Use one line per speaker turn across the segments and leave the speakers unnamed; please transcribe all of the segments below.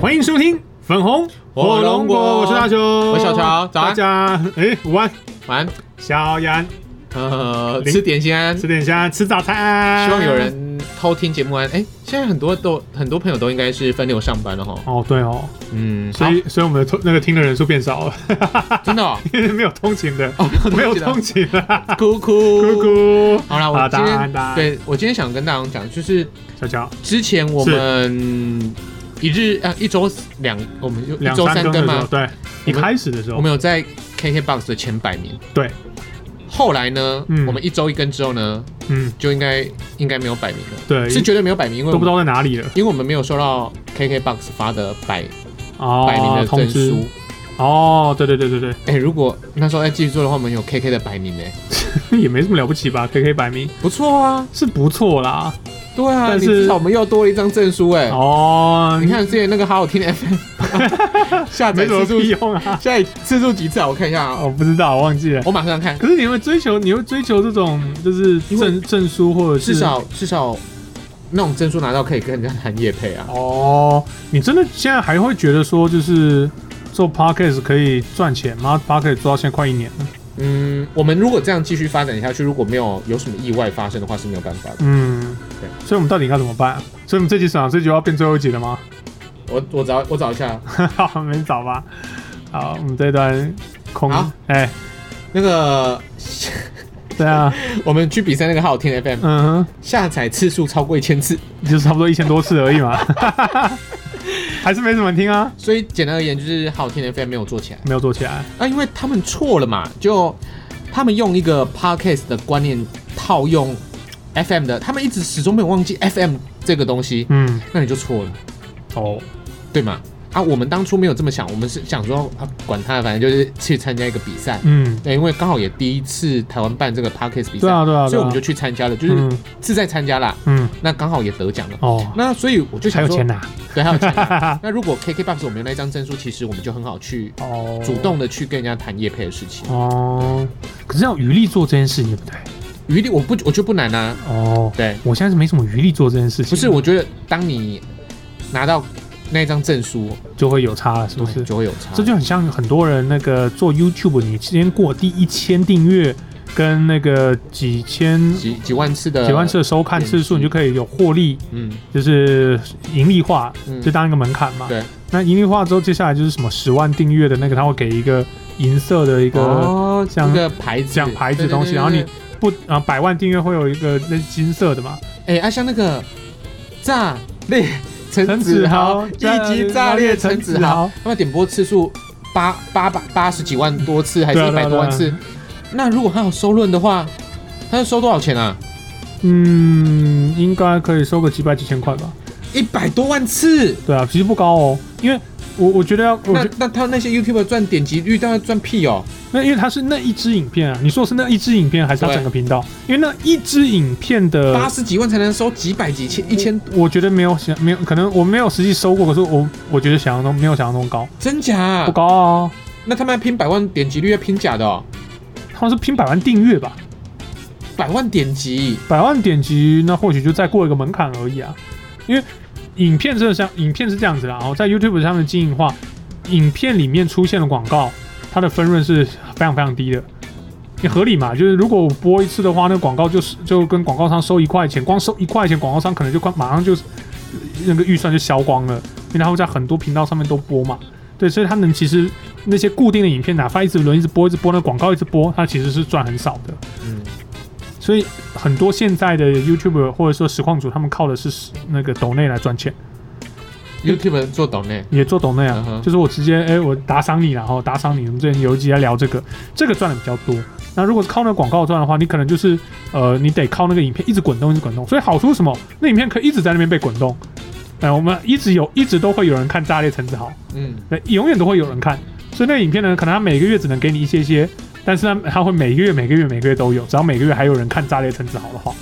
欢迎收听粉红
火龙果
我是大雄，我
是小乔早
大
安
家哎，午安，
晚安，
小杨，
呃，
零
吃点心安，
吃
希
点心啊，吃早餐。
望有人偷听节目安。哎，现在很多都很多朋友都应该是分流上班了哈。
哦，对哦，
嗯，
所以所以我们的通那个听的人数变少了，
好真的哦，
因为没有通勤的，
哦
没有
通
通
勤
勤了。
啊，哭哭
姑。姑，
好啦，
好
我今
答案
天
答案
对我今天想跟大家讲，就是
小乔，
之前我们一日啊一周两，我们就一
两
周
三更的
更
时候，
嘛，
对，一
我们
开始的时
我
候，
们有在 KKBOX 的前百名。
对，
后来呢，
嗯
我们一周一更之后呢，
嗯，
就应该应该没有百名了，
对，
是绝对没有百名，因为
哎都
我
不知
们
道在哪里了。
因为我们没有收到 KKBOX 发的百百名
哦
的，
通
证
知
书。
哦，对对对对
哎、如果那时候再继续做的话，我们有 KK 的百名呢、
对， 也没什么了不起吧？KK 百名
不错啊，
是不错啦。
对啊，
但
你
是
至少我们又多了一张证书哎、
哦，
你看之前那个好好听的 FM 下载
没什么
次数
屁，用啊。
下载次数几次啊？我看一下啊，
我哦不知道，我忘记了。
我马上看，
可是你会追求，你会追求这种就是
因为
证证书或者是
至少至少那种证书拿到可以跟人家谈业配啊。
哦，你真的现在还会觉得说就是做 podcast 可以赚钱吗？podcast 做到现在快一年了，
嗯，我们如果这样继续发展下去，如果没有有什么意外发生的话，是没有办法的。
嗯，
对
所以我们到底应该怎么办、啊？所以我们这集想，这集要变最后一集了吗？
我我找我找一下，
好，没找吧？好，我们这段空
好，
哎、
那个
对啊，
我们去比赛那个好好听的 FM
嗯哼，
下载次数超过一千次，
就差不多一千多次而已嘛， 还是没什么人听啊，
所以简单而言就是好听的 FM 没有做起来
没有做起来，
啊，因为他们错了嘛，就他们用一个 podcast 的观念套用 FM 的，他们一直始终没有忘记 FM 这个东西，
嗯，
那你就错了，
哦，
对吗？啊，我们当初没有这么想，我们是想说啊，管他，反正就是去参加一个比赛。
嗯，
对，因为刚好也第一次台湾办这个 podcast 比赛，
对啊，对啊，对啊
所以我们就去参加了，就是
嗯
是在参加啦，
嗯，
那刚好也得奖了。
哦，
那所以我就
还
想
有
说，
钱拿
对，还 有钱拿。那如果 KKBOX 我们有那张证书，其实我们就很好去
哦，
主动的去跟人家谈业配的事情。
哦，可是要有余力做这件事情，对不对？
余力我不，我觉得不难啊。
哦，
对，
我现在是没什么余力做这件事情，
不是，我觉得当你拿到那张证书，
就会有差了，是不
对
是？
就会有差。
这就很像很多人那个做 YouTube，你先过第一千订阅跟那个几千
几几万次的
几万次，的收看次数，
点
你
击
就可以有获利，
嗯，
就是盈利化，
嗯
就当一个门槛嘛。
对。
那盈利化之后，接下来就是什么十万订阅的那个，他会给一个银色的一个
哦，
像
一个牌子，
奖牌子
对对
东西，
对
然后你
对对
不啊百万订阅会有一个那是金色的嘛？
哎，啊，像那个炸裂陈
陈
子
子
豪
豪
一级炸裂陈子豪，，他们点播次数八八百八十几万多次，还是
对啊
一
对啊
百多万次？那如果他有收论的话，他要收多少钱啊？
嗯，应该可以收个几百几千块吧？
一百多万次？
对啊，其实不高哦，因为我我觉得要，我
那
觉
那他那些 YouTube 赚点击率，当然赚屁哦。
那因为它是那一支影片啊，你说是那一支影片还是它
对
整个频道？因为那一支影片的
八十几万才能收几百几千一千，
我，我觉得没有想没有，可能我没有实际收过，可是我我觉得想象中没有想象中高，
真假啊、
不高啊，
那他们要拼百万点击率，要拼假的哦，
他们是拼百万订阅吧？
百万点击。
百万点击，那或许就再过一个门槛而已啊。因为影片真的像影片是这样子啦，然后在 YouTube 上面经营的话，影片里面出现的广告，它的分润是非常非常低的。也合理嘛，就是如果我播一次的话，那广告就是就跟广告商收一块钱，光收一块钱，广告商可能就快马上就是那个预算就消光了，因为他会在很多频道上面都播嘛。对，所以他能其实那些固定的影片，哪怕一直轮一直播一直播，那广告一直播，它其实是赚很少的。
嗯，
所以很多现在的 YouTuber 或者说实况主，他们靠的是那个抖内来赚钱，
YouTube 做懂呢，
也做抖内啊
嗯哼
就是我直接哎、我打赏你啦，然后打赏你。我们之前有一集在啊聊这个，这个赚的比较多。那如果是靠那个广告赚的话，你可能就是呃，你得靠那个影片一直滚动，一直滚动。所以好处是什么？那影片可以一直在那边被滚动。哎、我们一直有，一直都会有人看《炸裂陈子豪》。
嗯，
那永远都会有人看。所以那个影片呢，可能它每个月只能给你一些些，但是呢，它会每个月、每个月、每个月都有。只要每个月还有人看《炸裂陈子豪》的话，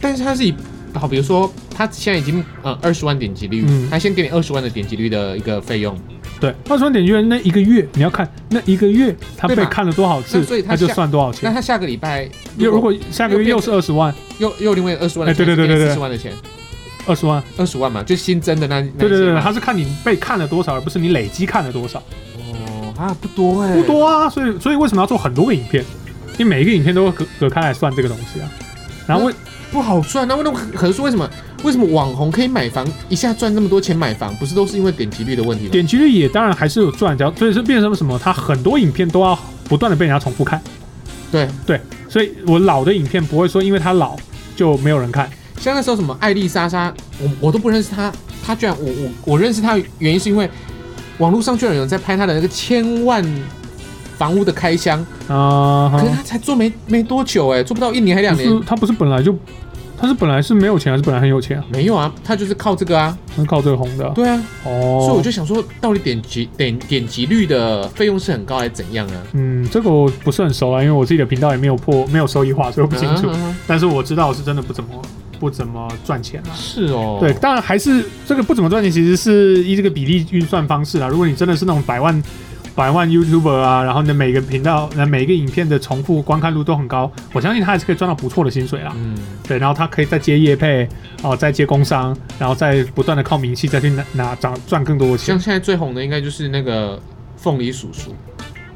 但是他是以好，比如说他现在已经呃二十万点击率，
嗯
他先给你二十万的点击率的一个费用，
对，二十万点阅那一个月，你要看那一个月他
对
被
嘛
看了多少次
那所以，它
就
下
算多少
那
钱。
他下个礼拜
又如果下个月又是二十万，
又又另外二十万
哎
的钱，
对对对对对
四十万的钱，
二十万，
二十万嘛，就新增的那那
对
一
对
些
对，
嘛
它是看你被看了多少，而不是你累积看了多少，
哦啊不多哎、
不多啊。所以所以为什么要做很多个影片？因为每一个影片都会隔隔开来算这个东西啊。然后为
不好赚。那为什么可是说为什么为什么网红可以买房一下赚那么多钱买房，不是都是因为点击率的问题吗？
点击率也当然还是有赚，只要所以是变成什么，它很多影片都要不断的被人家重复看。
对，
对，所以我老的影片不会说因为它老就没有人看。
像那时候什么艾丽莎莎，我我都不认识她，她居然我我我认识她的原因是因为网络上居然有人在拍她的那个千万房屋的开箱，
啊、嗯
可是她才做没没多久哎、做不到一年还两
不是
年，，
他不是本来就，他是本来是没有钱，还是本来很有钱啊？
没有啊，她就是靠这个啊，
是靠这个红的啊。
对啊，
哦，
所以我就想说，到底点击点点击率的费用是很高还是怎样啊？
嗯，这个我不是很熟啊，因为我自己的频道也没有破，没有收益化，所以我不清楚。
啊啊啊
但是我知道我是真的不怎么不怎么赚钱啊。
是哦，
对，当然还是这个不怎么赚钱，其实是依这个比例运算方式啦。啊如果你真的是那种百万百万 YouTuber 啊，然后你的每个频道、那每一个影片的重复观看率都很高，我相信他还是可以赚到不错的薪水啊啦。
嗯，
对，然后他可以再接业配，哦，再接工商，然后再不断的靠名气再去拿拿涨赚更多的钱
像。现在最红的应该就是那个凤梨叔叔，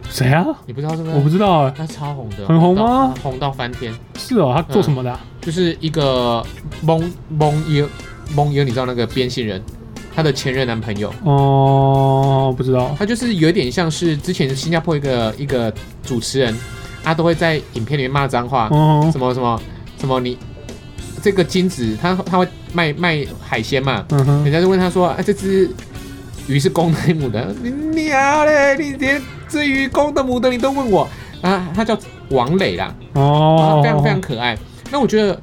谁啊？
你不知道这个？
我不知道哎、
他超红的，
很红吗
红到翻天，
是哦，他做什么的啊、
就是一个蒙蒙耶蒙耶，你知道那个边信人，她的前任男朋友，
哦、不知道。
他就是有点像是之前新加坡一个一个主持人，他都会在影片里面骂脏话，
哦、
什么什么什么你这个金子，他他会卖卖海鲜嘛，
嗯
人
哼，
家就问他说：“啊，这只鱼是公的还是母的？”你娘嘞！你连这鱼公的母的你都问我啊？他叫王磊啦，
哦
啊，，非常非常可爱。那我觉得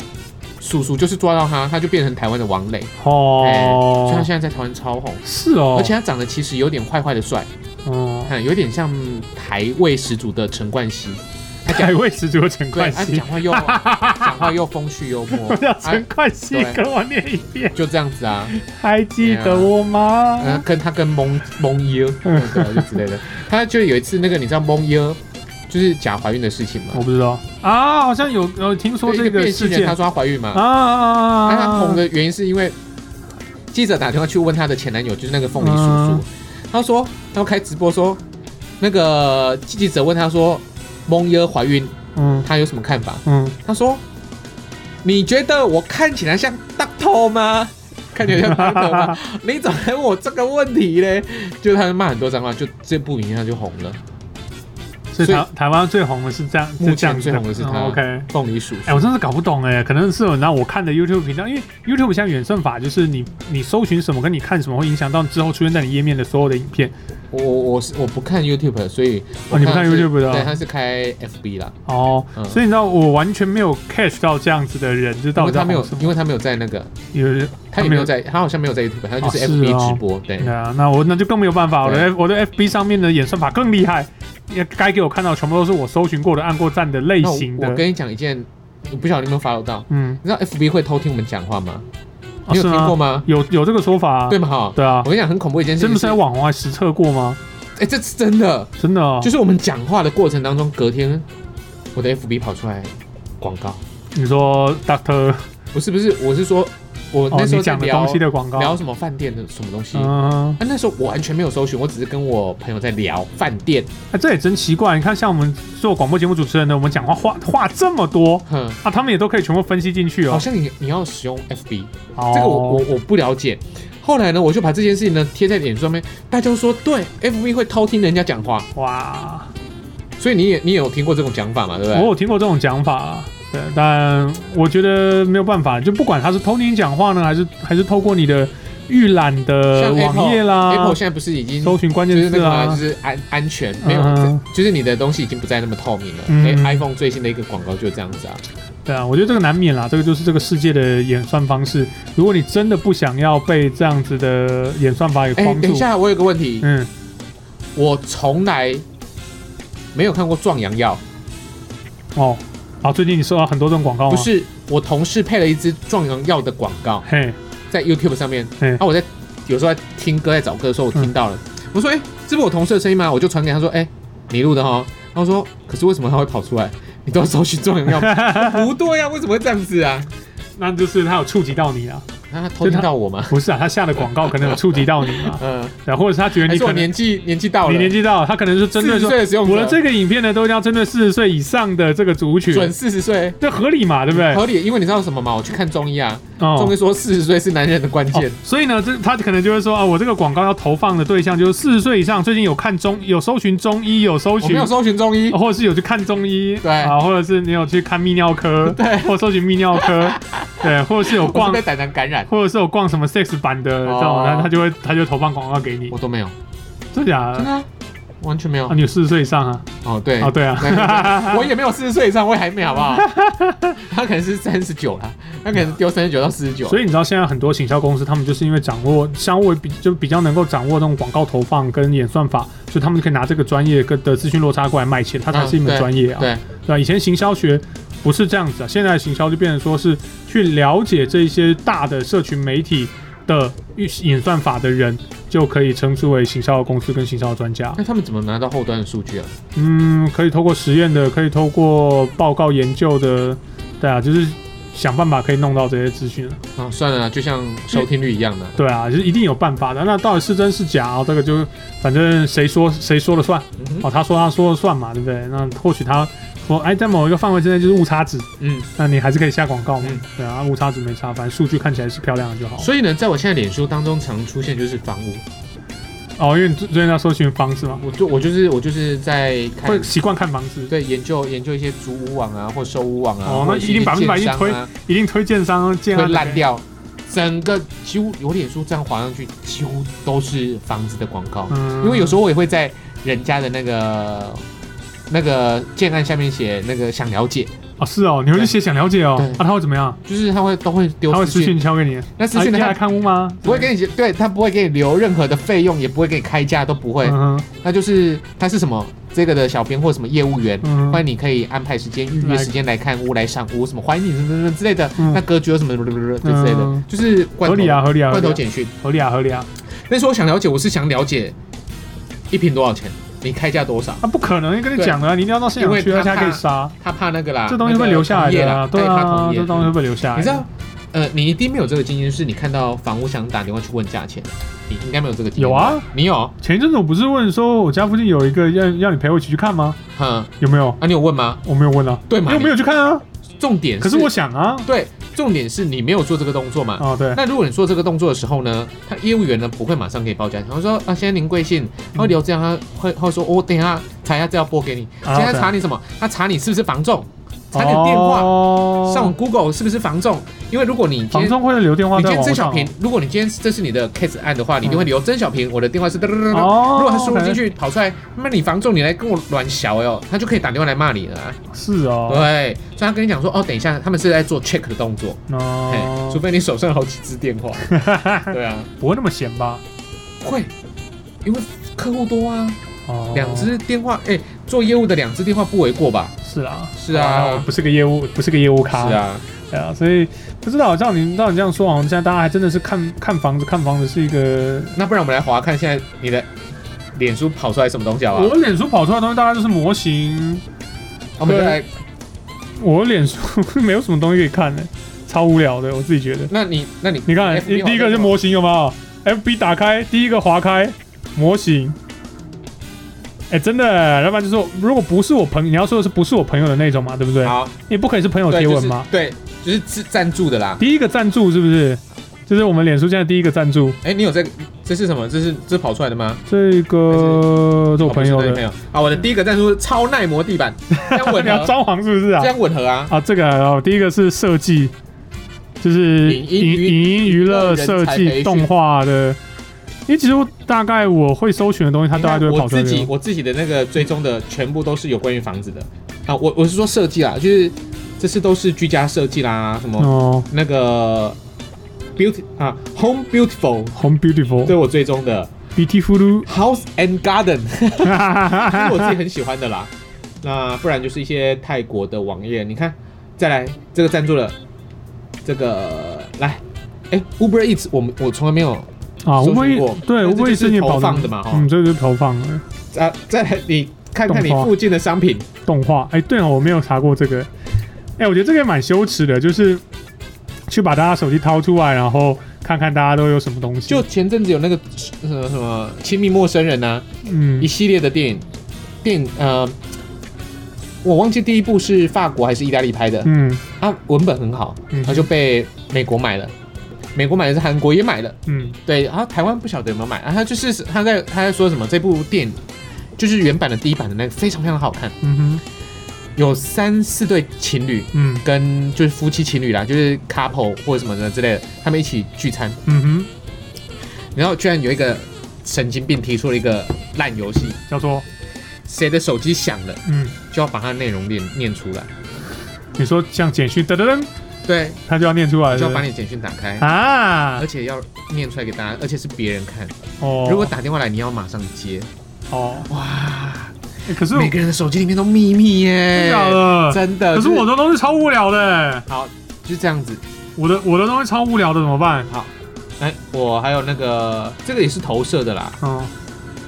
叔叔就是抓到他，他就变成台湾的王磊，所以哎他
哦，
现在在台湾超红。
是哦，
而且他长得其实有点坏坏的帅，
哦，
看有点像台味十足的陈冠希，
改位十足的陈
对，
冠
他
希
讲，话又讲话又风趣幽 默，
我想
啊
陈冠希
对
跟我念一遍，
就这样子啊。
还记得我吗？
嗯，跟他跟蒙蒙耶 对啊就之类的，他就有一次那个你知道蒙耶就是假怀孕的事情嘛
我，不知道啊，好像有有听说
对
这
一变
事
性人
件
他
啊
说她怀孕嘛，
啊
那他红的原因是因为记者打电话去问她的前男友，就是那个凤梨叔叔
嗯，
他说他们开直播说，那个记者问他说蒙耶怀孕
嗯
他有什么看法，
嗯，
他说你觉得我看起来像 Doctor 吗？看起来像 Doctor 吗？ 你怎么还问我这个问题嘞？就他骂很多脏话，就这部影片就红了。
所以台台湾最红的是这样，
目
是这样
前
子
最红的是他
嗯 OK。
凤梨叔
哎、我真是搞不懂哎、可能是有那我看的 YouTube 频道，因为 YouTube 现在原算法就是你你搜寻什么跟你看什么会影响到之后出现在你页面的所有的影片
我我我是我不看 YouTube，所以
哦，你不看
我是
YouTube 的
对，
啊
他是开 FB 啦，
哦，
嗯
所以你知道我完全没有 catch 到这样子的人，就
因
到
为
底
他
在
没有
红什，么？
因为他没有在那个，
有人
他也没有在，他好像没有在 YouTube，他就是
哦是哦
FB 直播，对
对，啊，那我那就更没有办法，我的
对
F- 我的 FB 上面的演算法更厉害，也该给我看到全部都是我搜寻过的、按过赞的类
那
型
我我
的。
跟你讲一件，我不晓得你有没有 follow 到，
嗯，
你知道 FB 会偷听我们讲话吗？
啊
你有
是
听
吗
过？吗？
有有这个说法、啊？
对吗？哈，
对啊
我，跟你讲很恐怖一件事
真
情
的
是，
是在网红还实测过吗？
哎，这是真的，
真的、哦，
就是我们讲话的过程当中，隔天我的 FB 跑出来广告，
你说 Doctor
不是不是，我是说我
哦，
那时
你
候在
讲的
聊、
东西的广告，
聊什么饭店的什么东西。
嗯，
啊，那时候我完全没有搜寻，我只是跟我朋友在聊饭店，
哎，这也真奇怪。你看，像我们做广播节目主持人的，我们讲话话话这么多
哼，
啊，他们也都可以全部分析进去
好
哦。
像你你要使用 FB，、
哦
这个我我我不了解。后来呢，我就把这件事情呢贴在脸书上面，大家都说对，FB 会偷听人家讲话，
哇，
所以你也你也有听过这种讲法嘛，对不对？
我有听过这种讲法啊，对，但我觉得没有办法，就不管他是偷听你讲话呢，还是还是透过你的预览的
像 Apple-
呃网页啦
Apple 现在不是已经
搜寻关
就
键
是那
字
个嘛，
啊
就，是安安全没有
嗯，
就是你的东西已经不再那么透明了。
嗯
哎，iPhone 最新的一个广告就这样子啊，
对啊，我觉得这个难免啦，这个就是这个世界的演算方式。如果你真的不想要被这样子的演算法给
哎，
框
等一
住，
下，我有个问题，
嗯，
我从来没有看过壮阳药，
哦，啊，最近你收到很多这种广告
不
吗？，
是我同事配了一支壮阳药的广告
嘿，
在 YouTube 上面，啊
嗯
然后我在有时候在听歌在找歌的时候，我听到了，我说哎，这不是我同事的声音吗？我就传给他说，哎，你录的哈，他说可是为什么他会跑出来？你哦都要搜寻壮阳药，不对呀、啊，为什么会这样子啊？
那就是他有触及到你啊，
那他偷听到我吗？，
不是啊，他下的广告可能有触及到你嘛
嗯，
对，或者是他觉得
还
你
是我
可能
年纪年纪到了，
你年纪到了，他可能是针对
40
说
岁的使用者
我的这个影片呢，都一定要针对四十岁以上的这个族群，
准四十岁，
这合理嘛，对不对？
合理，因为你知道什么吗？我去看中医啊，
哦
中医说四十岁是男人的关键
哦，所以呢，这他可能就会说啊，我这个广告要投放的对象就是四十岁以上，最近有看中有搜寻中医，有搜
我
寻
没有搜寻中医，
或者是有去看中医，
对
啊，或者是你有去看泌尿 科，对，或搜寻泌尿科，对，或者是有
我是
逛
被，胆囊感染，
或者是有逛什么 sex 版的，
哦
这种，然后他就会他就投放广告给你
我，都没有，
真假
真
的？
的啊完全没有
啊，。你有四十岁以上啊？
哦，对
哦，，对啊，
那我也没有四十岁以上，我也还没好不好？ 他可能是三十九啦，他可能丢三十九到四十九。
所以你知道现在很多行销公司，他们就是因为掌握稍微比就比较能够掌握这种广告投放跟演算法，所以他们可以拿这个专业跟的资讯落差过来卖钱，它才是一门专业啊，
对，
对吧？以前行销学不是这样子啊，现在的行销就变成说是去了解这一些大的社群媒体的运演算法的人，就可以称之为行销的公司跟行销的专家。
那他们怎么拿到后端的数据啊？
嗯，可以透过实验的，可以透过报告研究的，对啊，就是想办法可以弄到这些资讯啊。
啊，算了啦，就像收听率一样的。
对啊，就是一定有办法的。那到底是真是假啊、这个就反正谁说 谁说了算
嗯哼
哦，他说他说了算嘛，对不对？那或许他说，哎，在某一个范围之内就是误差值，
嗯，
那你还是可以下广告嘛。
嗯
对啊，误差值没差，反正数据看起来是漂亮的就好。
所以呢，在我现在脸书当中常出现就是房屋，
哦，因为你最最近在搜寻房子嘛，
我就我就是我就是在看
会。习惯看房子，
对，研究研究一些租屋网啊，或收屋网啊，
哦那
或者是
一定
些
百分之百一定
建商啊
一定推荐商建
会
案
烂。掉，整个几乎我脸书这样滑上去，几乎都是房子的广告。
嗯
因为有时候我也会在人家的那个那个建案下面写那个想了解，
哦是哦，你会去写想了解哦，
对
啊他会怎么样？
就是他会都会丢
他会
私
私
讯
讯，敲给你，
那私讯
啊
的
你要来
他
看屋吗？
不会给你，对他不会给你留任何的费用，也不会给你开价，都不会。
嗯哼
那就是他是什么这个的小编或什么业务员。
嗯
欢
哼，
迎你可以安排时间预约
来
时间来看屋来赏屋什么，欢迎你什么什么之类的，
嗯
那格局有什么什么什么之类的
嗯，
就是罐
合
头
理啊合理啊合
罐
理
头
啊
简讯。
合理啊合理啊，
但是我想了解，我是想了解一瓶多少钱，你开价多少？
他不可能跟你讲的啊，你一定要到现场
因
去，
为他
而且还可以
怕
杀。
他怕那个啦，
啊这东西会留下来
那个
的
同业啦
啊，对
他也怕
啊，
同业
这东西会留下来。
你知道，呃，你一定没有这个经验，就是你看到房屋想打电话去问价钱，你应该没有这个经验。
有啊，
你有？
前一阵子我不是问说我家附近有一个要要你陪我一起去看吗？
哼，
有没有？
啊，你有问吗？
我没有问啊，
对嘛
因为我没有去看啊。
重点
可是我想啊，
对，重点是你没有做这个动作嘛。
哦对，
那如果你做这个动作的时候呢，他业务员呢不会马上给你报价钱，他说啊，现在您贵姓？
嗯
他会留这样，他会他会说，哦我等一下查一下资料拨给你。
啊
现在
对
查你什么？他查你是不是房仲，查你的电话，
话
上网 Google 是不是房仲？因为如果你今
哦房
天
仲会留电话
你今
在
天
网
曾小
上嗯
平，如果你今天这是你的 case 案的话，你一定会留曾小平，我的电话是噔噔噔噔。
哦
如果他输入进去跑出来，那你房仲你来跟我软小哟，他就可以打电话来骂你了啊。
是哦，
对，所以他跟你讲说，哦，等一下，他们是在做 check 的动作，呃嘿
哦，
除非你手上有好几支 电话。对啊，
不会那么闲吧？
会，因为客户多啊，
哦，
两支电话，哎，做业务的两支电话不为过吧？
是啊，
是啊
哦我不是个业务，不是个业务咖，
是，啊，
对啊，所以不知道照你照你这样说，好像现在大家还真的是看看房子，看房子是一个
那不然我们来划看现在你的脸书跑出来什么东西好不好啊
我脸书跑出来的东西大概就是模型，
我们就来
我脸书 没有什么东西可以看的、超无聊的，我自己觉得。
那你那你
你看，
FB
第第一个
好像
是
什么
模型有没有？FB 打开，第一个划开模型。哎、真的，要不然就是我如果不是我朋友，你要说的是不是我朋友的那种嘛，对不对？
好，
你不可以是朋友
对
贴
就
文
是
嘛。
对，就是自赞助的啦。
第一个赞助是不是？就是我们脸书现在第一个赞助，
哎，你有这个这是什么？这是这是跑出来的吗？
这个是我
哦不
朋
是
友
对
的
朋，友啊，我的第一个赞助是超耐 磨地板，这样吻
你要
合，
装潢是不是啊
这？样吻合啊。
啊，这个哦，第一个是设计，就是
影音娱
影音娱乐设
人才培
计
训
动画的。因为其实我大概我会搜寻的东西，它
你
大概都
看
会
我
跑出来
自
给
己
我。
我自己的那个追踪的全部都是有关于房子的啊，我我是说设计啦，就是这次都是居家设计啦，什么
哦
那个 beauty 啊，home beautiful，
，Home
对
Beautiful，Beautiful，
我追踪的 house and garden。这
啊
是我自己很喜欢的啦。那不然就是一些泰国的网页，你看，再来这个赞助了，这个来，哎，Uber Eats，我们我从来没有
啊，
搜
我
寻
们
过
对，我
那这就
们
是
之前
投
跑
放的嘛哈
嗯，这就是投放的
啊，再来你看看你
动画
附近的商品，
动画。哎，对哦，我没有查过这个。哎，我觉得这个也蛮羞耻的，就是去把大家手机掏出来，然后看看大家都有什么东西。
就前阵子有那个什么什么《亲密陌生人》啊，
嗯
一，系列的电影，电影呃，我忘记第一部是法国还是意大利拍的，
嗯
它文本很好，
嗯
它就被美国买了，美国买的是韩国也买了，
嗯
对，然后台湾不晓得有没有买，啊，它就是他在他在说什么这部电影。就是原版的第一版的那个非常非常好看，
嗯哼
有三四对情侣
嗯
跟就是夫妻情侣啦，就是 couple 或者什么的之类的，他们一起聚餐，
嗯哼，
然后居然有一个神经病提出了一个烂游戏，
叫做
谁的手机响了
嗯，
就要把它的内容念念出来，
你说像简讯噔噔噔，
对，
他就要念出来了，
就要把
对
你简讯打开
不对，啊
而且要念出来给大家，而且是别人看。
哦，
呃如果打电话来，你要马上接。
哦，
哇，
欸可是我
每个人的手机里面都秘密
真
耶，
假的，
真的。
啊可是
就
我的东西超无聊的，
好就是这样子。
我的我的东西超无聊的怎么办？
哎，我还有那个，这个也是投射的啦
嗯，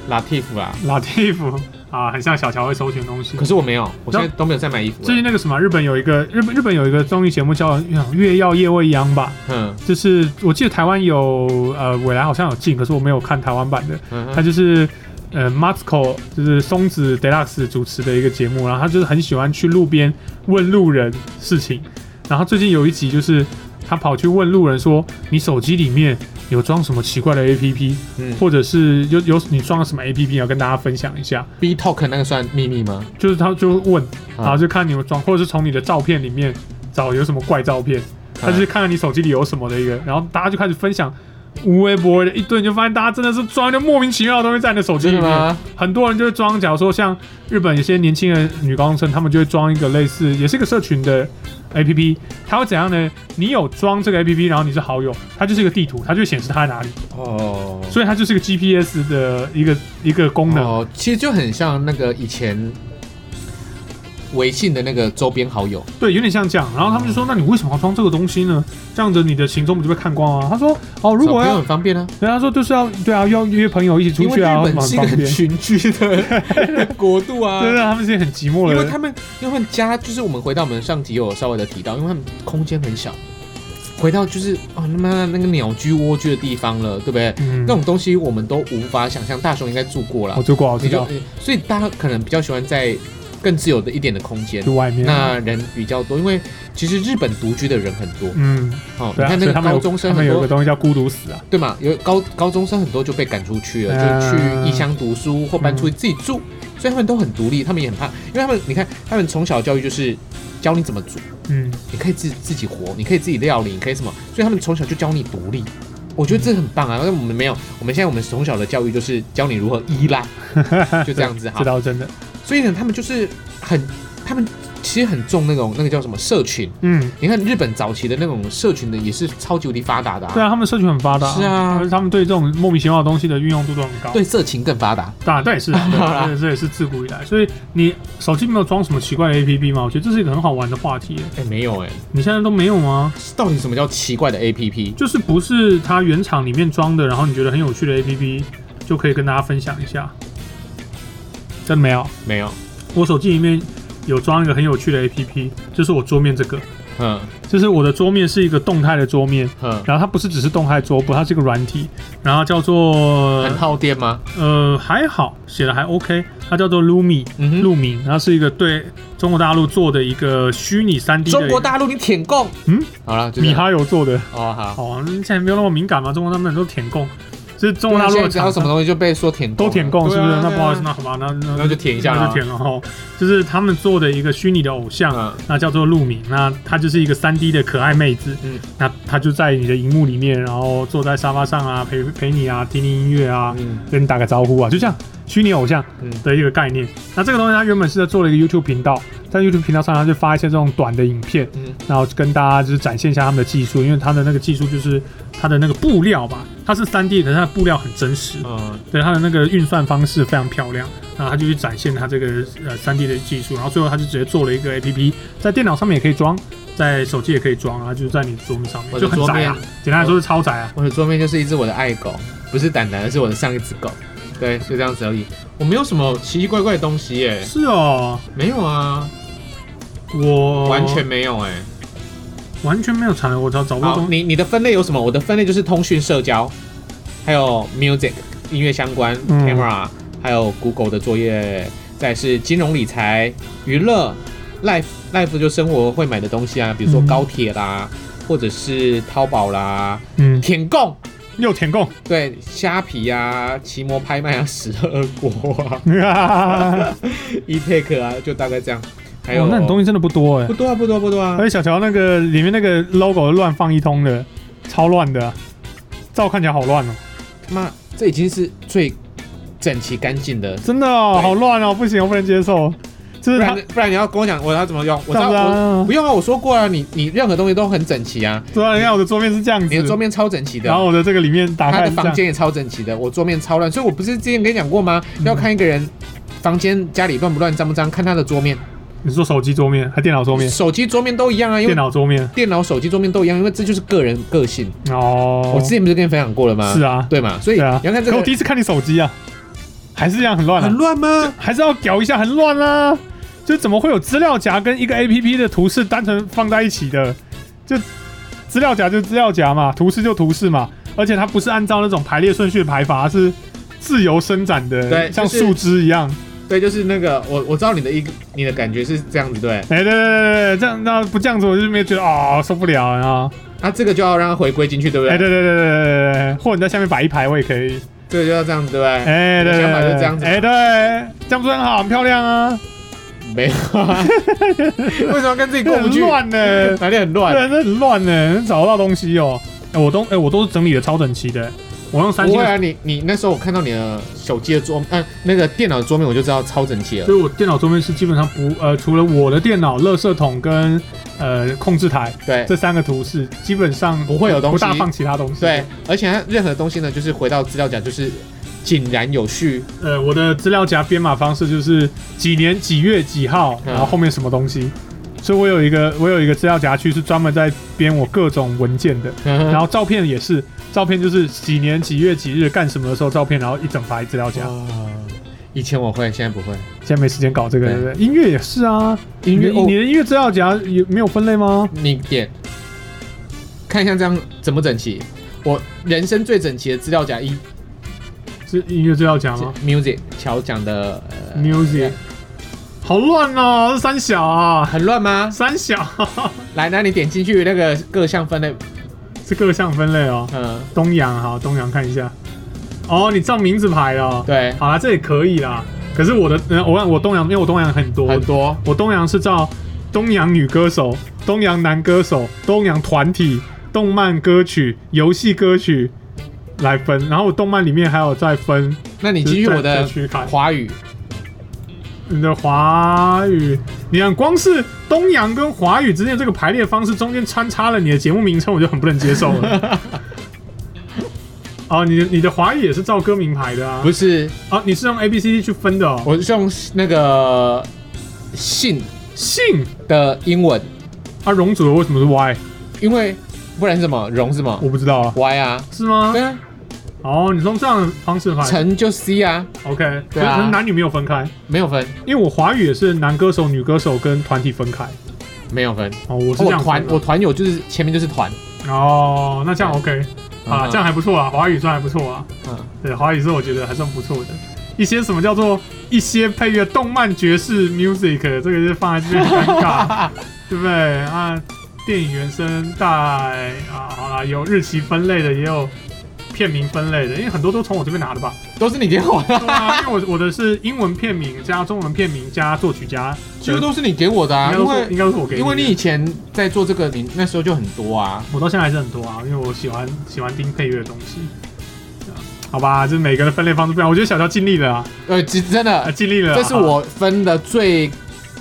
，Latif 啦。
老蒂夫啊，很像小乔会搜寻东西
可。是我没有，我现在都没有在买衣服
最
了。
近那个什么，日本有一个日本日本有一个综艺节目叫《月曜夜未央》吧，
嗯
就是我记得台湾有呃未来好像有进，可是我没有看台湾版的，
嗯
它
哼，
就是。呃，Masco 就是松子 Deluxe 主持的一个节目，然后他就是很喜欢去路边问路人事情。然后最近有一集就是他跑去问路人说：“你手机里面有装什么奇怪的 APP，
嗯
或者是有有你装了什么 APP 要跟大家分享一下。
，B Talk 那个算秘密吗？”
就是他就问，
啊
然后就看你有装，或者是从你的照片里面找有什么怪照
啊
片，他就是看看你手机里有什么的一个，然后大家就开始分享无微不微的一堆，你就发现大家真的是装一堆莫名其妙的东西在你的手机
真
里
的
面。
吗？
很多人就会装，假如说像日本有些年轻人女高中生，他们就会装一个类似，也是一个社群的 A P P，它会怎样呢？你有装这个 A P P，然后你是好友，它就是一个地图，它就会显示它在哪里，
哦，
所以它就是一个 G P S 的一个一个功能。
哦，其实就很像那个以前微信的那个周边好友，
对，有点像这样。然后他们就
嗯
说：“那你为什么要装这个东西呢？这样子你的行踪不就被看光啊？”他说：“哦，如
小
果
朋友
要
很，方便啊，
人家说就是要对啊，要约朋友一起
因
出
为
去啊，
日
很
本是一个
方
很
便。”
群居的国度啊，
对对，他们是很寂寞
因
的
为
人。
他们因为他们家就是我们回到我们上集有稍微的提到，因为他们空间很小，回到就是哦他妈那个鸟居蜗居的地方了，对不对？
嗯
那种东西我们都无法想象，大雄应该住过
我
了，
做过，我知
你就
道，
所以大家可能比较喜欢在更自由的一点的空间
去。外面。
那人比较多，因为其实日本独居的人很多，
嗯，
哦，你
对啊，所
看那
以
个
他们有
高中生
他们
很
有一个
多，
东西叫孤独死啊。
对嘛？有高高中生很多就被赶出去了，
嗯
就去异乡读书或搬出去自己住，所以他们都很独立，他们也很怕，因为他们你看，他们从小教育就是教你怎么煮，
嗯，
你可以自自己活，你可以自己料理，你可以什么，所以他们从小就教你独立。我觉得这很棒
嗯
啊！那我们没有，我们现在我们从小的教育就是教你如何依 赖，就这样子哈
这。倒是真的。
所以呢，他们就是很，他们其实很重那种那个叫什么社群。
嗯，
你看日本早期的那种社群的也是超级无敌发达的、啊，
对啊，他们社群很发达。
是啊
而且他们对这种莫名其妙的东西的运用度都很高。
对色情更发达。
当然，这 也是啊，
当然
对这这也是自古以来。所以你手机没有装什么奇怪的 A P P 吗？我觉得这是一个很好玩的话题耶。
哎、没有哎、
你现在都没有吗？
到底什么叫奇怪的 A P P？
就是不是它原厂里面装的，然后你觉得很有趣的 APP，就可以跟大家分享一下。真的没有，
没有，
我手机里面有装一个很有趣的 APP，就是我桌面这个，
嗯
就是我的桌面是一个动态的桌面，
嗯，
然后它不是只是动态桌布，它是一个软体，然后叫做
很耗电吗？
呃还好，写的还 OK，它叫做 Lumi
嗯哼
路名，它是一个对中国大陆做的一个虚拟3 D 的一个，
中国大陆你舔共？
嗯，
好了，就这
米
样。
哈游做的，
哦好，
好、啊，现在没有那么敏感嘛，中国他们都舔共，就是中国大陆
现在
的
只要
厂
什么
商
东西就被说舔共
都
了，
舔共，是不是？
对啊
那不好意思，
对啊
那好吧，那那
那就舔一下啊
那
啦
就。舔了哈。就是他们做的一个虚拟的偶像，
嗯
那叫做陆敏，那她就是一个3 D 的可爱妹子，
嗯
那她就在你的荧幕里面，然后坐在沙发上啊，陪陪你啊，听听音乐啊，
嗯
跟你打个招呼啊，就这样，虚拟偶像。
嗯
的一个概念，那这个东西它原本是在做了一个 YouTube 频道，在 YouTube 频道上，它就发一些这种短的影片，
嗯
然后跟大家就是展现一下他们的技术，因为它的那个技术就是它的那个布料吧，它是3 D，可是它的布料很真实，
嗯
对它的那个运算方式非常漂亮，然后它就去展现它这个呃3 D 的技术，然后最后它就直接做了一个 APP，在电脑上面也可以装，在手机也可以装啊，就是在你的桌面上面
我的
就很
桌
窄
面
啊，简单来说是超窄啊，
我的桌面就是一只我的爱狗，不是蛋蛋，而是我的上一只狗。对，就这样子而已。我没有什么奇奇怪怪的东西耶、
是哦，
没有啊，
我
完全没有哎、
完全没有残留，我找找不到
好，
东西。
你你的分类有什么？我的分类就是通讯、社交，还有 music 音乐相关、
嗯
camera，还有 Google 的作业，再是金融理财、娱乐、life life 就生活会买的东西啊，比如说
嗯
高铁啦，或者是淘宝啦、
嗯，
舔供，
又填 空。
对，虾皮啊、奇摩拍卖啊、十二国啊、eTake 啊，就大概这样。还有，
哦，那你东西真的不多哎、
不多啊，不多啊，不多啊
而。且小乔那个里面那个 logo 乱放一通的，超乱的啊，照看起来好乱哦、
妈，这已经是最整齐干净的
真的哦，
对
好乱哦，不行，我不能接受。这是
不
他
然不然你要跟我讲我要怎么用？我
这
知
样
道
子
我
啊
不，用啊，我说过了，你你任何东西都很整齐啊，
对啊，你看我的桌面是这样
你的桌
子，
面超整齐
然
的，
后我的这个里面打
他
开
的
是这
房
样，
间也超整齐的，我桌面超乱，所以我不是之前跟你讲过吗？
嗯
要看一个人房间家里乱不乱、脏不脏，看他的桌面，
你说手机桌面还电脑桌面？
手机桌面都一样啊，因
电
为
脑桌面
电脑、手机桌面都一样，因为这就是个人个性。
哦，
我之前不是跟你分享过了吗？
是啊，
对嘛，所以你
对啊
要看这
可我
个
第一次看你手机啊，还是这样很乱
很
啊，
乱吗？
还是要屌一下，很乱啊。就怎么会有资料夹跟一个 A P P 的图示单纯放在一起的？就资料夹就资料夹嘛，图示就图示嘛，而且它不是按照那种排列顺序的排法，它是自由伸展的，
对
像
就是
树枝一样。
对，就是那个我我知道你的一个你的感觉是这样子，对，
哎、对对对对，对这样那不这样子，我就没有觉得哦受不了啊。
那这个就要让它回归进去，对不
哎、
对？
对对对对对对对，或者你在下面摆一排，我也可以。
这个就要这样子，对不对？
哎、对对对，
想法就这样子嘛
哎、对，这样不是很好，很漂亮啊，
没有啊， 为什么跟自己过不
很
去？
乱呢、
哪里很乱？
对，这很乱呢，找不到东西哦、哎、我都哎、我都是整理的超整齐的、欸我用三
不
星
会
的，
啊，你你那时候我看到你的手机的桌，嗯、那个电脑的桌面我就知道超整齐了
所。以我电脑桌面是基本上不呃，除了我的电脑、垃圾桶跟呃控制台
对
这三个图示，基本上
不会有东西
不大放其他东西。
对，，而且它任何东西呢，就是回到资料夹，就是井然有序。
呃，我的资料夹编码方式就是几年几月几号，
嗯
然后后面什么东西。所以我有一个我有一个资料夹区是专门在编我各种文件的，
然
然后照片也是，照片就是几年几月几日干什么的时候照片，然后一整排资料夹。
以前我会，现在不会。
现在没时间搞这个，
对
对不对？音乐也是啊，
音乐
你
哦
你的音乐资料夹有没有分类吗？
你点看一下这样怎么整齐。我人生最整齐的资料夹一
是音乐资料夹
是
吗
music，乔讲的、呃、
？Music，好乱哦，这三小啊，
很乱吗？
三小
来，那你点进去那个各项分类，
是各项分类哦。
嗯，
东阳好，东阳看一下。哦，你照名字排的哦。
对，
好啦，这也可以啦。可是我的，呃我我东阳，因为我东阳很多，
很多，
我东阳是照东阳女歌手、东阳男歌手、东阳团体、动漫歌曲、游戏歌曲来分，然后我动漫里面还有再分，
那你
你
继续我的
去看
华语，
你的华语，你看光是东阳跟华语之间的这个排列方式中间穿插了你的节目名称，我就很不能接受了。哦，你的你的华语也是照歌名排的啊？
不是，
哦，你是用 A B C D 去分的哦。
我是用那个姓
姓
的英文，
啊，容祖儿为什么是 Y？
因为不然是什么荣是什么
我不知道啊，
Y 啊，
是吗
对？啊，
哦，你是用这样的方式排的。
陈就 C 啊，
OK，
对啊
可是男女没有分开，
没有分，
因为我华语也是男歌手、女歌手跟团体分开。
没有分，
哦，我是这
我
样
团
分的
我团友就是前面就是团
哦，那这样 OK 啊，
嗯
这样还不错啊，华语算还不错啊。
嗯，
对，华语是我觉得还算不错的。一些什么叫做一些配乐动漫爵士 music，这个就放在这边很尴尬， 对不对啊？电影原声带啊，好啦，有日期分类的，也有片名分类的，因为很多都从我这边拿的吧。
都是你给我的，
对啊，因为我我的是英文片名加中文片名加作曲家，
几乎都是你给我的啊，
应该
因
都是
为
应该都是我给
因为
的
你以前在做这个，你那时候就很多啊，
我到现在还是很多啊，因为我喜欢喜欢听配乐的东西。对啊好吧，就是每个人分类方式不一样。我觉得小乔尽力了啊，
呃，真真
啊
的，
尽力了啊。
这是我分的最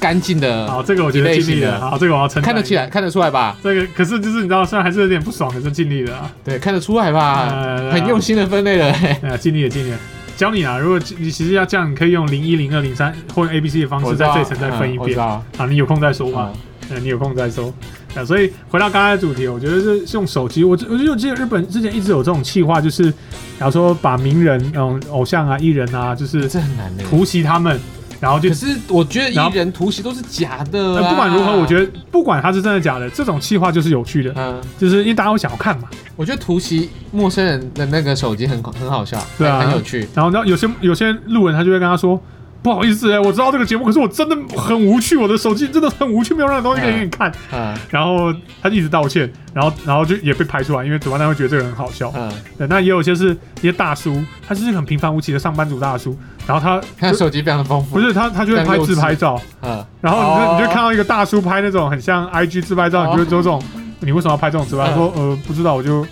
干净的，
好，这个我觉得尽力了。好，这个我要称赞
看得起来，看得出来吧？
这个可是就是你知道，虽然还是有点不爽，可是尽力了啊，
对，看得出来吧？
呃
很用，心的分类了、嘿
呃，尽力了，尽力了。教你啊，如果你其实要这样，你可以用零一、零二、零三或者 A、B、C 的方
我
式
知
在
道
这一层再分一
嗯我知
遍。
道，
好，啊你有空再说吧
嗯。
呃，你有空再说。呃，所以回到刚才的主题，我觉得是用手机。我我就记得日本之前一直有这种企划，呃就是假如说把名人、嗯偶像啊、艺人啊，就是
这很难的。
突袭他们，然后就
可是我觉得
然后
艺人突袭都是假的、
但
啊。
不管如何，我觉得不管它是真的假的，这种气话就是有趣的，
嗯，
就是因为大家会想要看嘛。
我觉得突袭陌生人的那个手机很很好笑，
对啊
很很有趣。
然后呢，有些有些路人他就会跟他说：“不好意思、哎，我知道这个节目，可是我真的很无趣，我的手机真的很无趣，没有任何东西可以给你看。
嗯
然后他就一直道歉，然后然后就也被排出来，因为主办单位觉得这个人很好笑。
嗯，
对，那也有一些是一些大叔，他就是很平凡无奇的上班族大叔，然后他
他的手机非常的丰富。
不是他他就会
但
拍
幼
自
稚
拍照，
嗯，
然后你就、
哦
你就看到一个大叔拍那种很像 IG 自拍照，你就会说这种你为什么要拍这种自拍？他说呃不知道，我就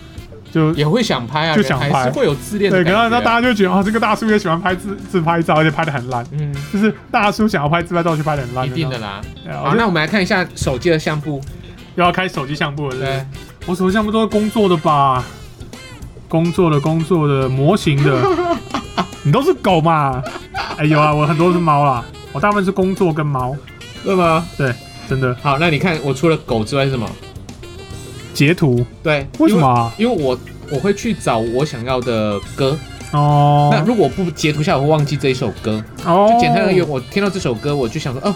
就
也会想拍啊，
就想拍
人还是会有自恋的
对，
感
然
觉
后
啊。
那大家就觉得哦，这个大叔也喜欢拍自自拍照，而且拍的很烂，
嗯，
就是大叔想要拍自拍照去拍的很烂
一
那
定
种，
的啦。
对啊。
好，
我就
那我们来看一下手机的相簿。
又要开手机相簿了，是不是
对，
我手机相簿都是工作的吧？工作的工作的模型的， 你都是狗嘛？哎、有啊，我很多是猫啦，我大部分是工作跟猫，
对吗？
真的
好，那你看我除了狗之外是什么？
截图
对，
为什么、啊？
因为？因为我我会去找我想要的歌。那
哦
如果不截图下，我会忘记这一首歌。
哦，
就简单而言，我听到这首歌，我就想说，哦，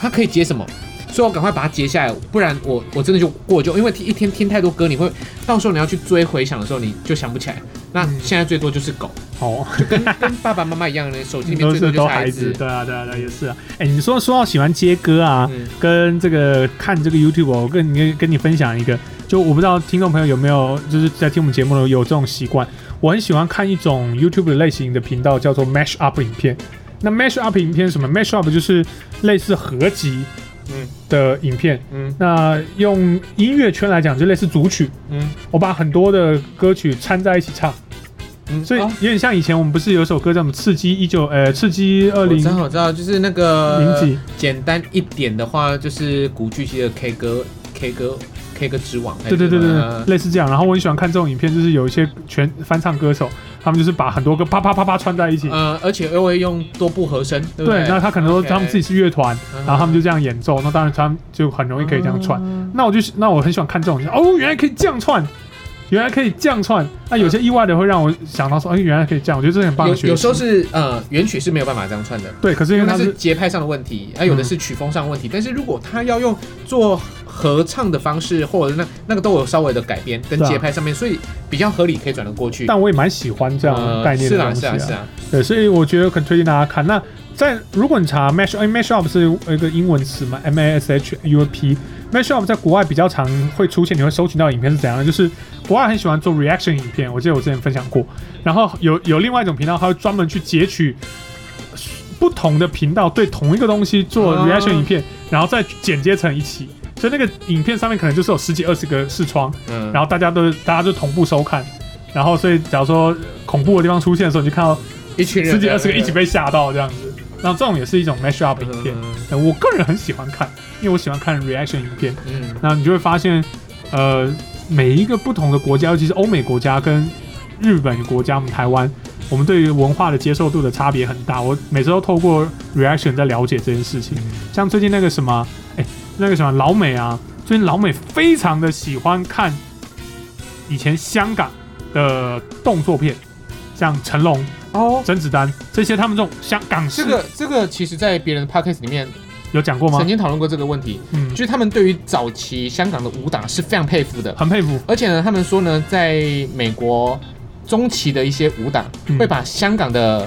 它可以截什么？所以我赶快把它截下来，不然我我真的就过就，因为一天听太多歌，你会到时候你要去追回想的时候，你就想不起来。那
嗯
现在最多就是狗，
哦，
跟爸爸妈妈一样的，手机里面
都是
最多就
都
是
孩
孩
子，
子。
对啊对啊对啊，也是啊。哎、你说说到喜欢接歌啊，
嗯，
跟这个看这个 YouTube，哦我跟你跟你分享一个，就我不知道听众朋友有没有就是在听我们节目的有这种习惯，我很喜欢看一种 YouTube 的类型的频道，叫做 Mash Up 影片。那 Mash Up 影片是什么？Mash Up 就是类似合集
嗯
的影片。
嗯
那用音乐圈来讲，就类似组曲，
嗯
我把很多的歌曲掺在一起唱，
嗯，
所以
哦
有点像以前我们不是有一首歌叫什么《刺激一九》呃，《刺激二
我
零
知道我知道，就是那个
零几》。
简单一点的话，就是古巨基的 K 歌 K 歌 K 歌之王。
对
还是
对对对，
什
对
么啊
类似这样。然后我很喜欢看这种影片，就是有一些全翻唱歌手，他们就是把很多个啪啪啪啪串在一起。
呃，而且又会用多部和声，对不
对，那他可能说
OK
他们自己是乐团，
嗯
然后他们就这样演奏，那当然他们就很容易可以这样串。
嗯
那我就那我很喜欢看这种，哦，原来可以这样串，原来可以这样串。那有些意外的会让我想到说，哎，原来可以这样，我觉得这是很棒的
有
学习。
有时候是呃原曲是没有办法这样串的，
对，可是因
因
为
为
它
它是
是嗯
节拍上的问题，啊有的是曲风上的问题。但是如果他要用做合唱的方式，或者那那个都有稍微的改编跟
对啊
节拍上面，所以比较合理可以转得过去。
但我也蛮喜欢这样的
呃
概念
是
的
啊
东西
是啊是
啊。
啊，
对，所以我觉得很推荐大家看。那在如果你查 mash，哎，mash up 是一个英文词嘛，M A S H U P。mash up 在国外比较常会出现，你会搜寻到的影片是怎样的？就是国外很喜欢做 reaction 影片，我记得我之前分享过。然后有有另外一种频道，它会专门去截取不同的频道对同一个东西做
哦
reaction 影片，然后再剪接成一起。所以那个影片上面可能就是有十几二十个视窗，
嗯，
然后大家都大家就同步收看。然后所以假如说恐怖的地方出现的时候，你就看到。
一群人
十几二十个一起
被
被吓到这样子。然后这种也是一种 mash up 影片，呃我个人很喜欢看，因为我喜欢看 reaction 影片。
嗯
那你就会发现，呃，每一个不同的国家，尤其是欧美国家跟日本国家，我们台湾，我们对于文化的接受度的差别很大。我每次都透过 reaction 在了解这件事
嗯
情。像最近那个什么，哎、那个什么老美啊，最近老美非常的喜欢看以前香港的动作片，像成龙。
哦。
甄子丹这些，他们这种香港式
这个这个其实，在别人的 podcast 里面
有讲过吗
曾？经讨论过这个问题，
嗯
就，是他们对于早期香港的武打是非常佩服的，
很佩服。
而且呢，他们说呢，在美国中期的一些武打、
嗯
会把香港的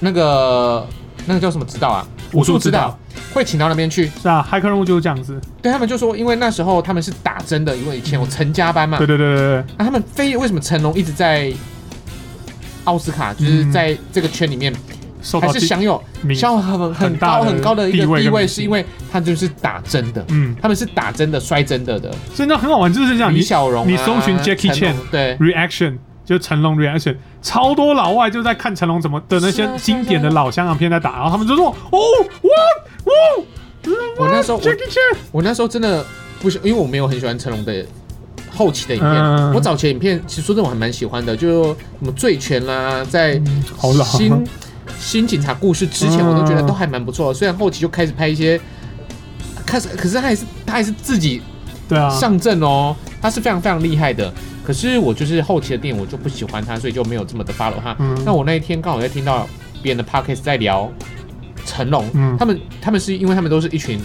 那个那个叫什么指导啊，
武术指
指
导
导会请到那边去。
是啊，骇客任务就是这样子。
对他们就说，因为那时候他们是打真的，因为以前有陈家班嘛
嗯
啊
对，对对对对，
那、他们非为什么成龙一直在奥斯卡，就是
嗯
在这个圈里面、
受到
还是
地
享有
名
享有很
很
很
大
高
的
很高的一
地
个
位跟
地位，
名
是
气
因为他就是打真的。
嗯，
他们是打真的、摔真的的，
所以那很好玩，就是这样。
李
你
小龙、啊、
你搜寻 Jackie
成龙对，
reaction 就是成龙 reaction，超多老外就在看成龙怎么的那
是啊
些
是啊
经典的老香港片在打，然后他们就说哦哇哇，
我那时候我
Jackie Chan，
我那时候真的不是，因为我没有很喜欢成龙的后期的影片，
嗯
我早期的影片其实说真的我还蛮喜欢的，就什么《醉拳》啦，在
嗯好老
新新警察故事之前，
嗯
我都觉得都还蛮不错的。虽然后期就开始拍一些，开始可是他还是他还是自己
对啊，
上阵哦，他是非常非常厉害的。可是我就是后期的电影我就不喜欢他，所以就没有这么的 follow 他。
嗯
那我那一天刚好在听到别人的 podcast 在聊成龙，
嗯
他们他们是因为他们都是一群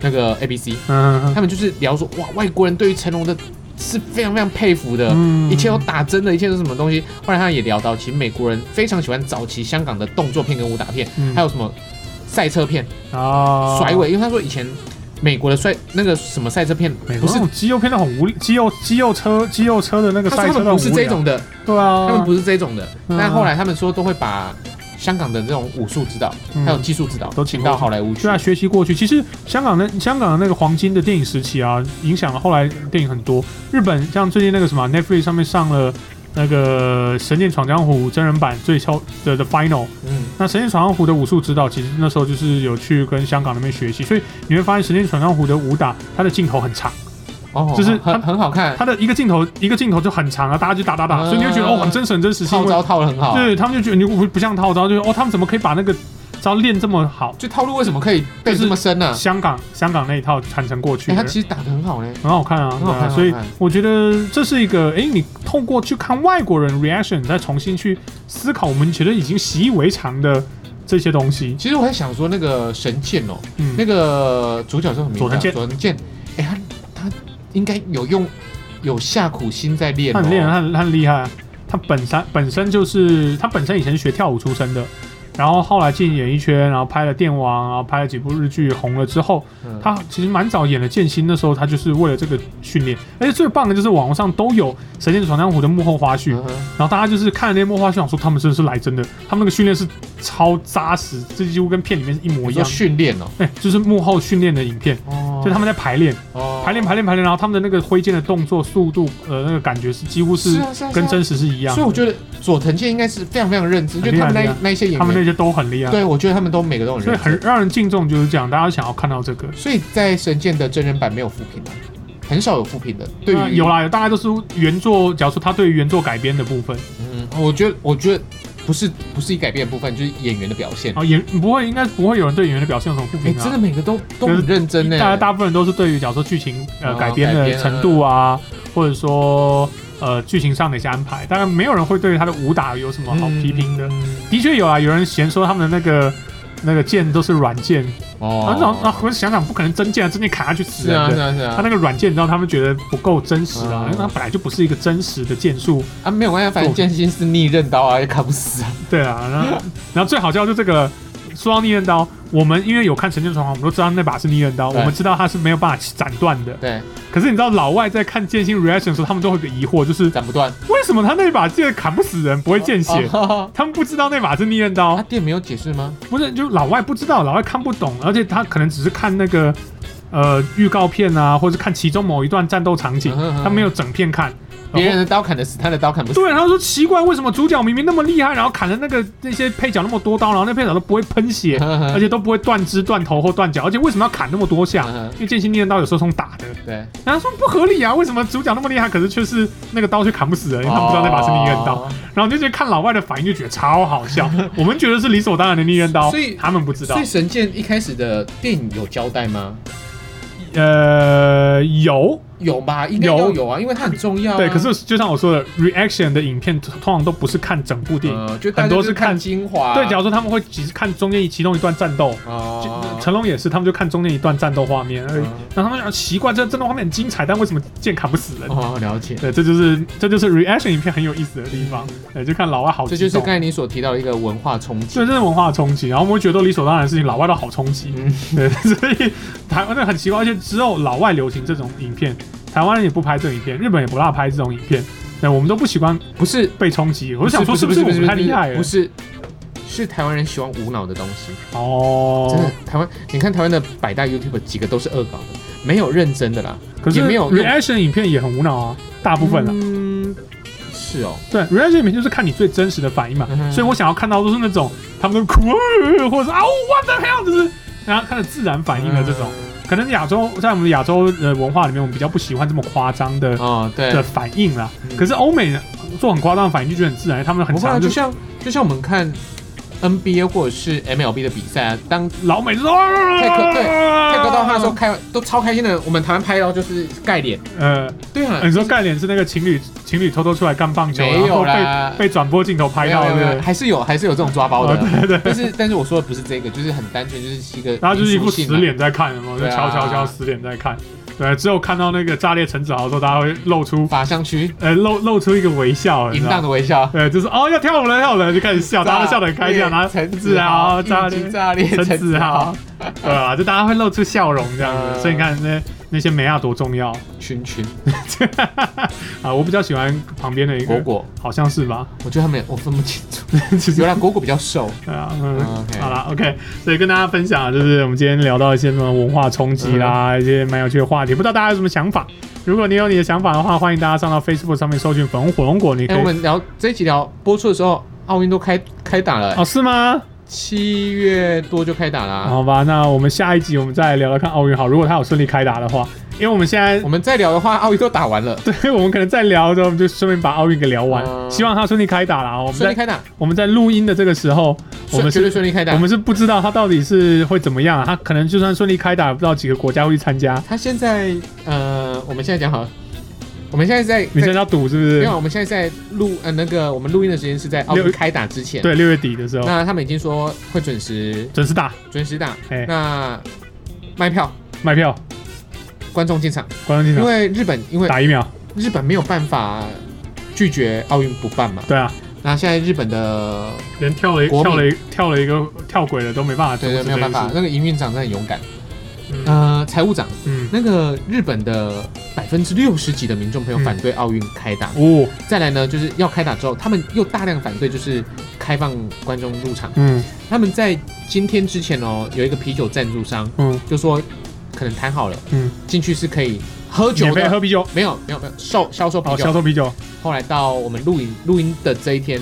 那个 A B C，
嗯
他们就是聊说哇，外国人对于成龙的是非常非常佩服的，
嗯
一切都打针的，一切都是什么东西。后来他也聊到，其实美国人非常喜欢早期香港的动作片跟武打片，
嗯
还有什么赛车片、
啊
甩，尾，因为他说以前美国的赛那个什么赛车片
美
不
国
是
那。种肌肉片的很无力，肌肉肌肉车肌肉车的那个
他
赛
说他
车
们
的
不是这种的，
对啊，
他们不是这种的。
嗯
但后来他们说都会把香港的这种武术指导
嗯
还有技术指导
都请
请到好莱坞去
对。啊，学习过去。其实香港的香港的那个黄金的电影时期啊，影响了后来电影很多。日本像最近那个什么啊 Netflix 上面上了那个《神剑闯江湖》真人版最超的的 Final，
嗯，
那《神剑闯江湖》的武术指导其实那时候就是有去跟香港那边学习，所以你会发现《神剑闯江湖》的武打它的镜头很长，嗯
哦，
就是他
很很好看，
它的一个镜头一个镜头就很长啊，大家就打打打，
嗯
所以你就觉得哦很真实很真实，是因
套
为
招套的很好。
对他们就觉得你不不像套招，就是哦他们怎么可以把那个招练这么好？
就套路为什么可以背这么深呢、
香港香港那一套传承过去
嗯哎、
的，
他其实打的很好嘞。
很好看啊，
很好看
对啊
很好看
所以我觉得这是一个，诶，你透过去看外国人 reaction，再重新去思考我们觉得已经习以为常的这些东西。
其实我还想说，那个神剑哦、
嗯，
那个主角是什么名字
佐
啊？
藤健
佐藤健，哎、他他应该有用，有下苦心在练、
他
哦。
很厉害，他很他很厉害啊。他本身本身就是他本身以前是学跳舞出身的，然后后来进演艺圈，然后拍了《电王》，然后拍了几部日剧，红了之后，
嗯
他其实蛮早演了《剑心》，那时候他就是为了这个训练。而且最棒的就是网络上都有《神剑闯江湖》的幕后花絮，
嗯哼
然后大家就是看了那幕花絮，想说他们真的是来真的，他们那个训练是超扎实，这几乎跟片里面是一模
我
一
要
样。
训练哦。
哎、就是幕后训练的影片，
哦
就他们在排练、
哦
排练、排练、排练，然后他们的那个挥剑的动作、速度，呃，那个感觉是几乎是
是啊是啊
跟真
是
实是一
啊
样的。
所以我觉得佐藤健应该是非常非常认真，就
很厉
他
害
们
很厉
那
害
那一些演
他们那些
员，
都很厉害，
对我觉得他们都每个都很
所以
认
很
真。
让人敬重，就是这样，大家想要看到这个。
所以在神剑的真人版没有复评啊，很少有复评的。对
那
于
啊有啦，有大概都是原作，假如说他对于原作改编的部分，
嗯，我觉得，我觉得不是不是以改变的部分，就是演员的表现
然。后演不会，应该不会有人对演员的表现有什么不
哎、
评啊。
真的每个都都很认真呢。
大家大部分人都是对于假如说剧情呃
哦
改编
改
的
编啊
程度啊，或者说呃剧情上的一些安排，当然没有人会对他的武打有什么好批评的。
嗯
的确有啊，有人嫌说他们的那个那个剑都是软剑，啊那
哦
那我想想不可能真剑啊，真剑砍下去死
是啊
人
是
的。
啊
他
是啊，
那个软件，你知道他们觉得不够真实啊，
嗯
因为它本来就不是一个真实的剑术。
啊没有关系，反正剑心是逆刃刀啊，也砍不死啊。
对啊，然 后然后最好笑就这个了。说到逆刃刀，我们因为有看《神剑传皇》，我们都知道那把是逆刃刀，
对
我们知道它是没有办法斩断的。
对，
可是你知道老外在看剑心 reaction 的时候，他们都会有个疑惑，就是
斩不断，
为什么他那把剑砍不死人，不会见 血？
哦
他们不知道那把是逆刃刀，
啊，店没有解释吗？
不是就老外不知道，老外看不懂，而且他可能只是看那个呃预告片啊，或者看其中某一段战斗场景
嗯哼嗯，哼
他没有整片看。
别人
然后
的刀砍得死，他的刀砍不死。
对，他说奇怪，为什么主角明明那么厉害，然后砍了那个那些配角那么多刀，然后那配角都不会喷血，
嗯哼
而且都不会断肢、断头或断脚，而且为什么要砍那么多下？
嗯哼
因为剑心逆刃刀有时候是用打的，
对，
然后说不合理啊，为什么主角那么厉害，可是却是那个刀却砍不死人？因为他们不知道那把是逆刃刀，
哦
哦然后就觉得看老外的反应就觉得超好 笑，我们觉得是理所当然的逆刃刀，
所以
他们不知道
所以。神剑一开始的电影有交代吗？
呃，有
有吧，应该
有
要有啊，因为它很重要啊。
对，可是就像我说的，reaction 的影片通常都不是看整部电影，
呃，就大
嗯很
家
多
就是是
看
看精华。啊
对，假如说他们会只是看中间其中一段战斗。
哦
就，成龙也是，他们就看中间一段战斗画面而已
嗯。
然后他们想奇怪，这战斗画面很精彩，但为什么剑砍不死人？
哦，了解。
对，这就是这就是 reaction 影片很有意思的地方。对，就看老外好激
这
动，
就是刚才你所提到的一个文化冲击
对，。这是文化的冲击，然后我们会觉得都理所当然的事情，老外都好冲击。
嗯
对， 所以台湾的很奇怪，而且只有老外流行这种影片，台湾人也不拍这种影片，日本也不大拍这种影片。那我们都不习惯
不是，
被冲击。我想说，是
不
不是我
不
们太厉害了？
不是，是台湾人喜欢无脑的东西。真
哦
的，，台湾，你看台湾的百大 YouTube 几个都是恶搞的，没有认真的啦。
可是
也没有用
reaction 影片也很无脑啊，大部分了。
嗯，是哦，
对，reaction 影片就是看你最真实的反应嘛
嗯。哼
所以我想要看到都是那种他们都哭，呃或者是啊，what the hell，就是然后看的自然反应的这
嗯
种。可能亚洲在我们亚洲的文化里面，我们比较不喜欢这么夸张的
哦，对
的，反应啦。
嗯
可是欧美做很夸张的反应就觉得很自然，他们很
不会啊
常
就
就
像就像我们看 NBA 或者是 MLB 的比赛啊，当
老美就说啊，
泰克对泰克到他的时候开都超开心的，我们台湾拍到就是盖脸，
呃，
对啊，
你说盖脸是那个情侣情侣偷偷出来干棒球，
没
然后
有啦
被被转播镜头拍
没
到
有没有没有
的，
还是有还是有这种抓包
哦
的啊，
对对对，
但是但是我说的不是这个，就是很单纯就是一个，
然后就是一副死，脸在看，然后就
对啊
瞧瞧瞧死脸在看，对，只有看到那个炸裂陈子豪的时候，大家会露出
法相区
呃露露出一个微笑，你
淫
知
荡
道吗？
的微笑。
对，就是哦要跳舞了，跳舞了，就开始笑，大家都笑得很开心，啊然后
陈
子
子
豪哦
豪
炸
一
裂
级。炸裂，
陈
陈
子
子
豪
豪，
对啊，就大家会露出笑容这样子，
嗯
所以你看那那些美亚多重要
群 群
啊！我比较喜欢旁边的一个
果，果，
好像是吧？
我觉得他们我分不清楚，
其实
原来果果比较瘦，
对啊，嗯
OK
好啦 o k 所以跟大家分享啊，就是我们今天聊到一些什么文化冲击啦，
嗯
一些蛮有趣的话题，不知道大家有什么想法？如果你有你的想法的话，欢迎大家上到 Facebook 上面搜寻粉红火龙果，你可
哎，
以
我、们聊这一集聊播出的时候，奥运都开开打了，
哦，是吗？
七月多就开打了啊。
好吧，那我们下一集我们再聊聊看奥运好，如果它有顺利开打的话，因为我们现在
我们再聊的话，奥运都打完了，
对，我们可能在聊的时候，我们就顺便把奥运给聊完，
嗯
希望它顺利开打啦。哦我们
顺利
在
开打，
我们在录音的这个时候，我
顺
们
绝对
是。
顺利开打
我。们是不知道它到底是会怎么样、啊，它可能就算顺利开打，也不知道几个国家会去参加。
他现在呃，我们现在讲好了，我们现在在
你现
在
在要赌是不
没
是
有，？我们现在在录呃那个我们录音的时间是在奥
六
运开打之前。
对，六月底的时候
那他们已经说会准时
准时打，
准时打，
哎、
那卖票
卖票，
观众进场，
观众进
因
场
为日本因为
打疫苗，
日本没有办法拒绝奥运不办嘛。
对啊，
那现在日本的
连跳了一
国民
跳了一跳了一个跳轨了都没办法阻
对
止
对
这
没有办
件
法，
事。
那个营运长真的很勇敢。
嗯
呃，财务长，
嗯，
那个日本的百分之六十几的民众朋友
嗯
反对奥运开打。
哦，
再来呢，就是要开打之后，他们又大量反对，就是开放观众入场。
嗯
他们在今天之前哦，有一个啤酒赞助商
嗯
就说，可能谈好了，
嗯，
进去是可以喝酒
免费
的，
喝啤酒，
没有没有没有售销售啤
哦，
酒
销。售啤酒
后来到我们录影录音的这一天，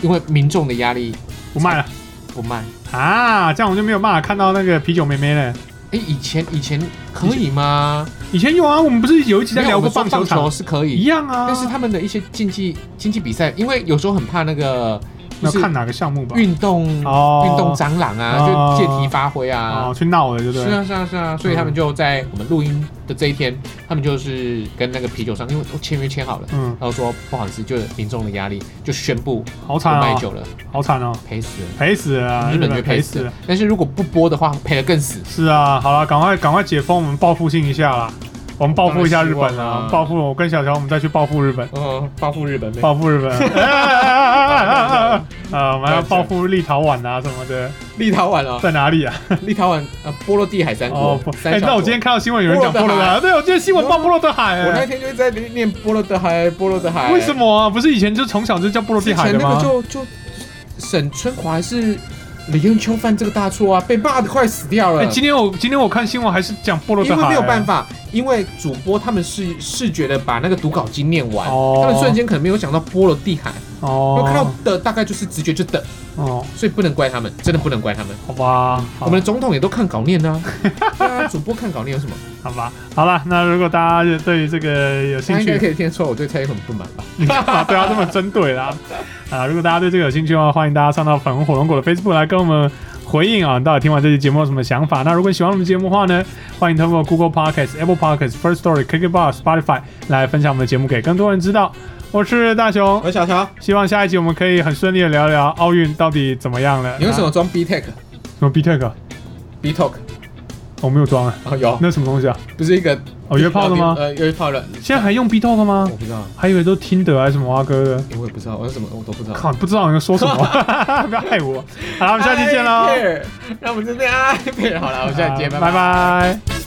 因为民众的压力
不卖了
不卖。
啊，这样我就没有办法看到那个啤酒妹妹了。
哎，以前以前可以吗？
以前有啊，我们不是有一集在
没
聊
有我
过
们说
棒球
棒球
场，
是可
一
以，
样啊，
但是他们的一些竞技竞技比赛，因为有时候很怕那个
要
就是
看哪个项目吧。
运动、
哦，
运动蟑螂啊，
哦
就借题发挥啊
哦，。去闹了，对不
是
对？
啊是啊是啊，所以他们就在我们录音的这一天，他们就是跟那个啤酒商，因为都签约签好了，
嗯，
然后说不好意思，就是民众的压力，就宣布
好
不
惨
卖
啊，
酒了，
好惨哦，
赔死了。
赔死了啊，
日本
本
就
赔
赔
死
死
了
了。，但是如果不播的话，赔得更死。
是啊，好了，赶快赶快解封，我们报复性一下啦，我们报复一下日本
当然希望
啊
啊，
报复我跟小乔，我们再去报复日本，
嗯，报复日本呗。
哦报复日本， 啊，我们要报复立陶宛啊什么的，
立陶宛啊，
在哪里啊？
立陶宛呃，波罗的海三国
哦，不，。
三
哎，
小
那
国
我今天，看到新闻有人讲波
波
罗
罗
的海，啊
的海
对，我今天新闻报波罗的海，
我那
哎
天就在念波罗的海，波罗的海。
为什？么啊？不是以前就从小就叫波罗
之
的海
前
的
那
吗
个？就就沈春华还是李彦秋犯这个大错啊，被骂的快死掉了
哎，。今天我今天我看新闻还是讲波罗的
呃因
海，
为没有办
法，
法，因为主播他们是视觉的把那个读稿机念完，
哦
他们瞬间可能没有想到波罗的海，我看到
哦，
的大概就是直觉就的，
哦，
所以不能怪他们，真的不能怪他们。
好吧，好
我们的总统也都看稿念呢、 啊，对啊，主播看稿念有什么？
好吧，好了，那如果大家对于这个有兴
他应
趣
该，可 以听得出来我对蔡英文不满吧？
你干嘛对他这么针对啦？啊，如果大家对这个有兴趣的话，欢迎大家上到粉红火龙果的 Facebook 来跟我们回应啊，你到底听完这期节目有什么想法？那如果你喜欢我们节目的话呢，欢迎通过 Google Podcast、Apple Podcast、First Story、KKBox、Spotify 来分享我们的节目给更多人知道。我是大雄，
小乔，
希望下一集我们可以很顺利的聊聊奥运到底怎么样了。
你为什么装 B Tech
啊什么 B Tech？
B Talk？
我没有装啊，
哦，有，
那什么东西啊？
不是一个
哦，约炮的吗？
呃，约炮的，
现在还用 B Talk 吗
我？不知道，
还以为都听得还是什么蛙啊哥的。
我也不知道，我是什么我都不知道。
靠，不知道你在说什么， 不要害我。好了，我们下期见喽，
I care，让我们真的 I care 哎好了，我们下期见，
拜拜。